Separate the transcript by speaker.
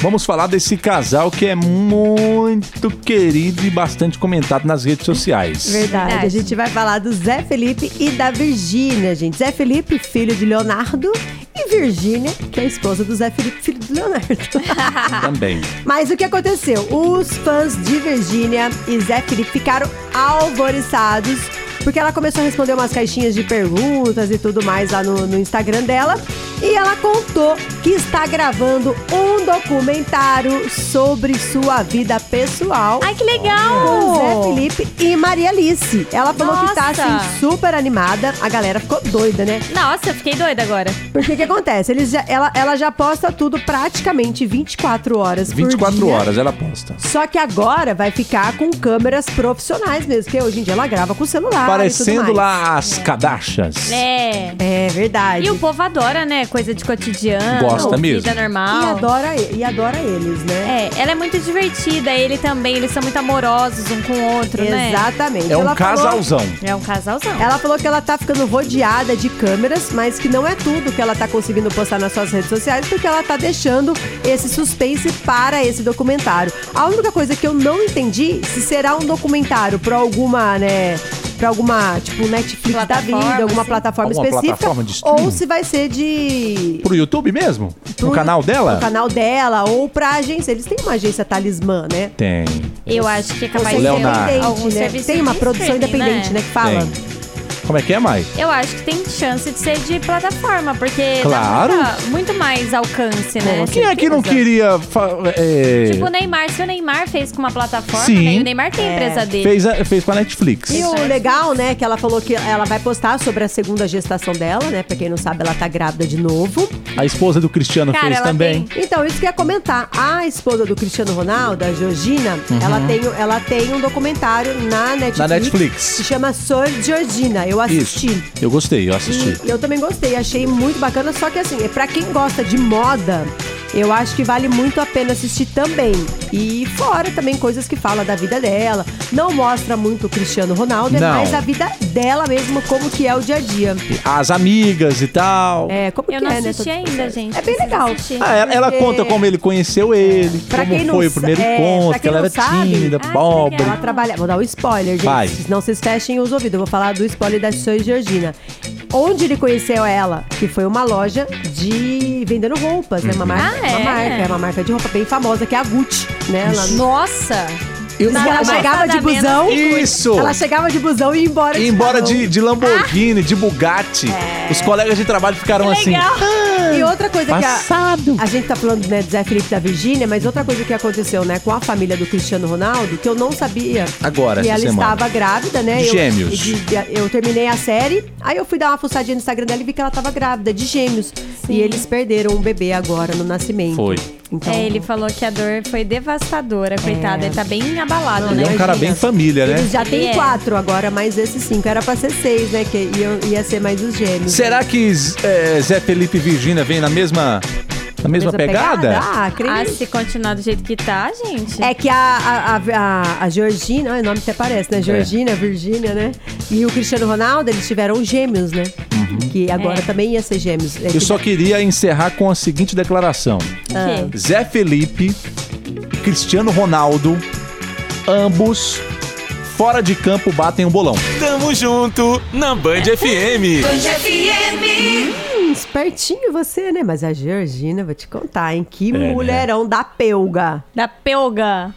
Speaker 1: Vamos falar desse casal que é muito querido e bastante comentado nas redes sociais.
Speaker 2: Verdade.
Speaker 3: Verdade.
Speaker 2: A gente vai falar do Zé Felipe e da Virgínia, gente. Zé Felipe, filho de Leonardo, e Virgínia, que é a esposa do Zé Felipe, filho de Leonardo.
Speaker 1: Também.
Speaker 2: Mas o que aconteceu? Os fãs de Virgínia e Zé Felipe ficaram alvoriçados porque ela começou a responder umas caixinhas de perguntas e tudo mais lá no, no Instagram dela. E ela contou que está gravando um documentário sobre sua vida pessoal
Speaker 3: Ai, que
Speaker 2: com Zé
Speaker 3: legal!
Speaker 2: Felipe e Maria Alice. Ela falou que tá
Speaker 3: Oh. Nossa!
Speaker 2: assim super animada. A galera ficou doida, né?
Speaker 3: Nossa, eu fiquei doida agora.
Speaker 2: Porque o que acontece? Eles já- ela, ela já posta tudo praticamente 24 horas por
Speaker 1: 24
Speaker 2: dia.
Speaker 1: horas ela posta.
Speaker 2: Só que agora vai ficar com câmeras profissionais mesmo, porque hoje em dia ela grava com celular. e
Speaker 1: Parecendo
Speaker 2: tudo mais.
Speaker 1: lá as Kadachas.
Speaker 3: É.
Speaker 2: É verdade.
Speaker 3: E o povo adora, né? Coisa de cotidiano.
Speaker 1: Gosta mesmo.
Speaker 3: Vida normal.
Speaker 2: E adora, e e adora eles, né?
Speaker 3: É, ela é muito divertida, ele também, eles são muito amorosos um com o outro, né?
Speaker 2: Exatamente.
Speaker 1: É um
Speaker 2: Ela falou-
Speaker 1: casalzão.
Speaker 3: É um casalzão.
Speaker 2: Ela falou que ela tá ficando rodeada de câmeras, mas que não é tudo que ela tá conseguindo postar nas suas redes sociais, porque ela tá deixando esse suspense para esse documentário. A única coisa que eu não entendi se será um documentário pra alguma, né? Pra alguma, tipo, Netflix
Speaker 3: Plataforma,
Speaker 2: da vida, alguma
Speaker 3: assim.
Speaker 2: plataforma
Speaker 1: Alguma
Speaker 2: específica.
Speaker 1: plataforma de streaming?
Speaker 2: ou se vai ser de.
Speaker 1: Pro YouTube mesmo?
Speaker 2: Pro-
Speaker 1: No canal dela?
Speaker 2: pro canal dela, ou pra agência. Eles têm uma agência talismã, né?
Speaker 1: Tem.
Speaker 3: Eu acho que é capaz
Speaker 1: O
Speaker 3: de ter
Speaker 1: Leonardo.
Speaker 3: algum
Speaker 2: Independente, né?
Speaker 3: serviço
Speaker 2: Tem uma
Speaker 3: de
Speaker 2: produção
Speaker 3: streaming,
Speaker 2: independente, né? Que fala. Né?
Speaker 1: Tem. Como é que é, Mai?
Speaker 3: Eu acho que tem chance de ser de plataforma, porque
Speaker 1: Claro.
Speaker 3: dá muita- muito mais alcance, né?
Speaker 1: Quem é que não queria. fa- é,
Speaker 3: Tipo o Neymar, se o Neymar fez com uma plataforma,
Speaker 1: Sim.
Speaker 3: né? o Neymar tem a
Speaker 2: É.
Speaker 3: empresa dele.
Speaker 1: fez, a- fez com a Netflix.
Speaker 2: E o legal, né, que ela falou que ela vai postar sobre a segunda gestação dela, né? Pra quem não sabe, ela tá grávida de novo.
Speaker 1: A esposa do Cristiano
Speaker 3: Cara,
Speaker 1: fez
Speaker 3: ela
Speaker 1: também.
Speaker 2: Então, isso que eu ia comentar. A esposa do Cristiano Ronaldo, a Georgina, ela, tem, ela tem um documentário na Netflix.
Speaker 1: Uhum. Na Netflix.
Speaker 2: Que chama Sor Georgina. Eu assisti. Hum.
Speaker 1: Isso. Eu gostei, eu assisti.
Speaker 2: E eu também gostei, achei muito bacana. Só que assim, pra quem gosta de moda, eu acho que vale muito a pena assistir também. E fora também coisas que fala da vida dela. Não mostra muito o Cristiano Ronaldo, é
Speaker 1: Não.
Speaker 2: mais a vida dela mesmo, como que é o dia a dia.
Speaker 1: As amigas e tal.
Speaker 2: É, como
Speaker 3: Eu
Speaker 2: que
Speaker 3: não
Speaker 2: é, né?
Speaker 3: assisti ainda, gente.
Speaker 2: É bem
Speaker 3: Preciso
Speaker 2: legal.
Speaker 3: assistir.
Speaker 1: Ah, ela, ela
Speaker 2: porque-
Speaker 1: conta como ele conheceu ele,
Speaker 2: Pra quem
Speaker 1: como
Speaker 2: não
Speaker 1: foi o
Speaker 2: sa-
Speaker 1: primeiro
Speaker 2: é, pra
Speaker 1: encontro,
Speaker 2: quem
Speaker 1: que ela
Speaker 2: não
Speaker 1: era
Speaker 2: sabe- né?
Speaker 1: tímida,
Speaker 3: Ah, que
Speaker 1: pobre.
Speaker 3: legal.
Speaker 2: Ela trabalha. Vou dar um spoiler, gente.
Speaker 1: Vai.
Speaker 2: Não vocês fechem os ouvidos. Eu vou falar do spoiler da Soy Georgina. Onde ele conheceu ela? Que foi uma loja de vendendo roupas, né?
Speaker 1: Uhum.
Speaker 2: Uma marca,
Speaker 3: Ah, é?
Speaker 2: uma marca, é uma marca de roupa bem famosa que é a Gucci, né? Ela,
Speaker 3: Nossa!
Speaker 1: Eu-
Speaker 2: Mas ela
Speaker 3: Nada mais,
Speaker 2: chegava
Speaker 3: nada
Speaker 2: de
Speaker 3: menos
Speaker 2: busão.
Speaker 3: que Gucci.
Speaker 1: Isso!
Speaker 2: Ela chegava de busão e ia embora.
Speaker 1: E embora
Speaker 2: carro.
Speaker 1: de, de Lamborghini, de Bugatti.
Speaker 2: Ah! É.
Speaker 1: Os colegas de trabalho ficaram
Speaker 3: Que
Speaker 1: assim.
Speaker 3: legal.
Speaker 2: E outra coisa
Speaker 1: Passado.
Speaker 2: que a, a gente tá falando né, do Zé Felipe e da Virgínia, mas outra coisa que aconteceu, né, com a família do Cristiano Ronaldo, que eu não sabia.
Speaker 1: Agora,
Speaker 2: que
Speaker 1: essa
Speaker 2: ela
Speaker 1: semana.
Speaker 2: estava grávida, né?
Speaker 1: De
Speaker 2: eu,
Speaker 1: gêmeos.
Speaker 2: de- de- eu terminei a série, aí eu fui dar uma fuçadinha no Instagram dela e vi que ela estava grávida de gêmeos. E eles perderam um bebê agora no nascimento.
Speaker 1: Foi.
Speaker 2: Então,
Speaker 3: É, ele falou que a dor foi
Speaker 2: É.
Speaker 3: devastadora, coitado. Ele tá bem abalado,
Speaker 2: Não,
Speaker 3: né?
Speaker 1: Ele é um cara bem família, né?
Speaker 2: Eles já têm
Speaker 3: Ele é.
Speaker 2: quatro agora, mais esses cinco. Era pra ser seis, né? Que ia, ia ser mais os gêmeos.
Speaker 1: Será que é, Zé Felipe e Virgínia vêm na mesma, na mesma, pegada?
Speaker 2: Ah,
Speaker 3: Ah,
Speaker 2: acredito.
Speaker 3: se continuar do jeito que tá, gente.
Speaker 2: É que a, a, a- a- a Georgina, ai, o nome até parece, né? Georgina, Virgínia, né? E o Cristiano Ronaldo, eles tiveram gêmeos, né? Que agora
Speaker 3: É.
Speaker 2: também ia ser gêmeos. É
Speaker 1: Eu
Speaker 2: que-
Speaker 1: só queria encerrar com a seguinte declaração:
Speaker 3: O quê?
Speaker 1: Zé Felipe, Cristiano Ronaldo, ambos fora de campo batem um bolão.
Speaker 4: Tamo junto na Band FM.
Speaker 2: é Hum, espertinho você, né? Mas a Georgina, vou te contar, hein? Que
Speaker 1: né?
Speaker 2: mulherão da pelga.
Speaker 3: Da pelga.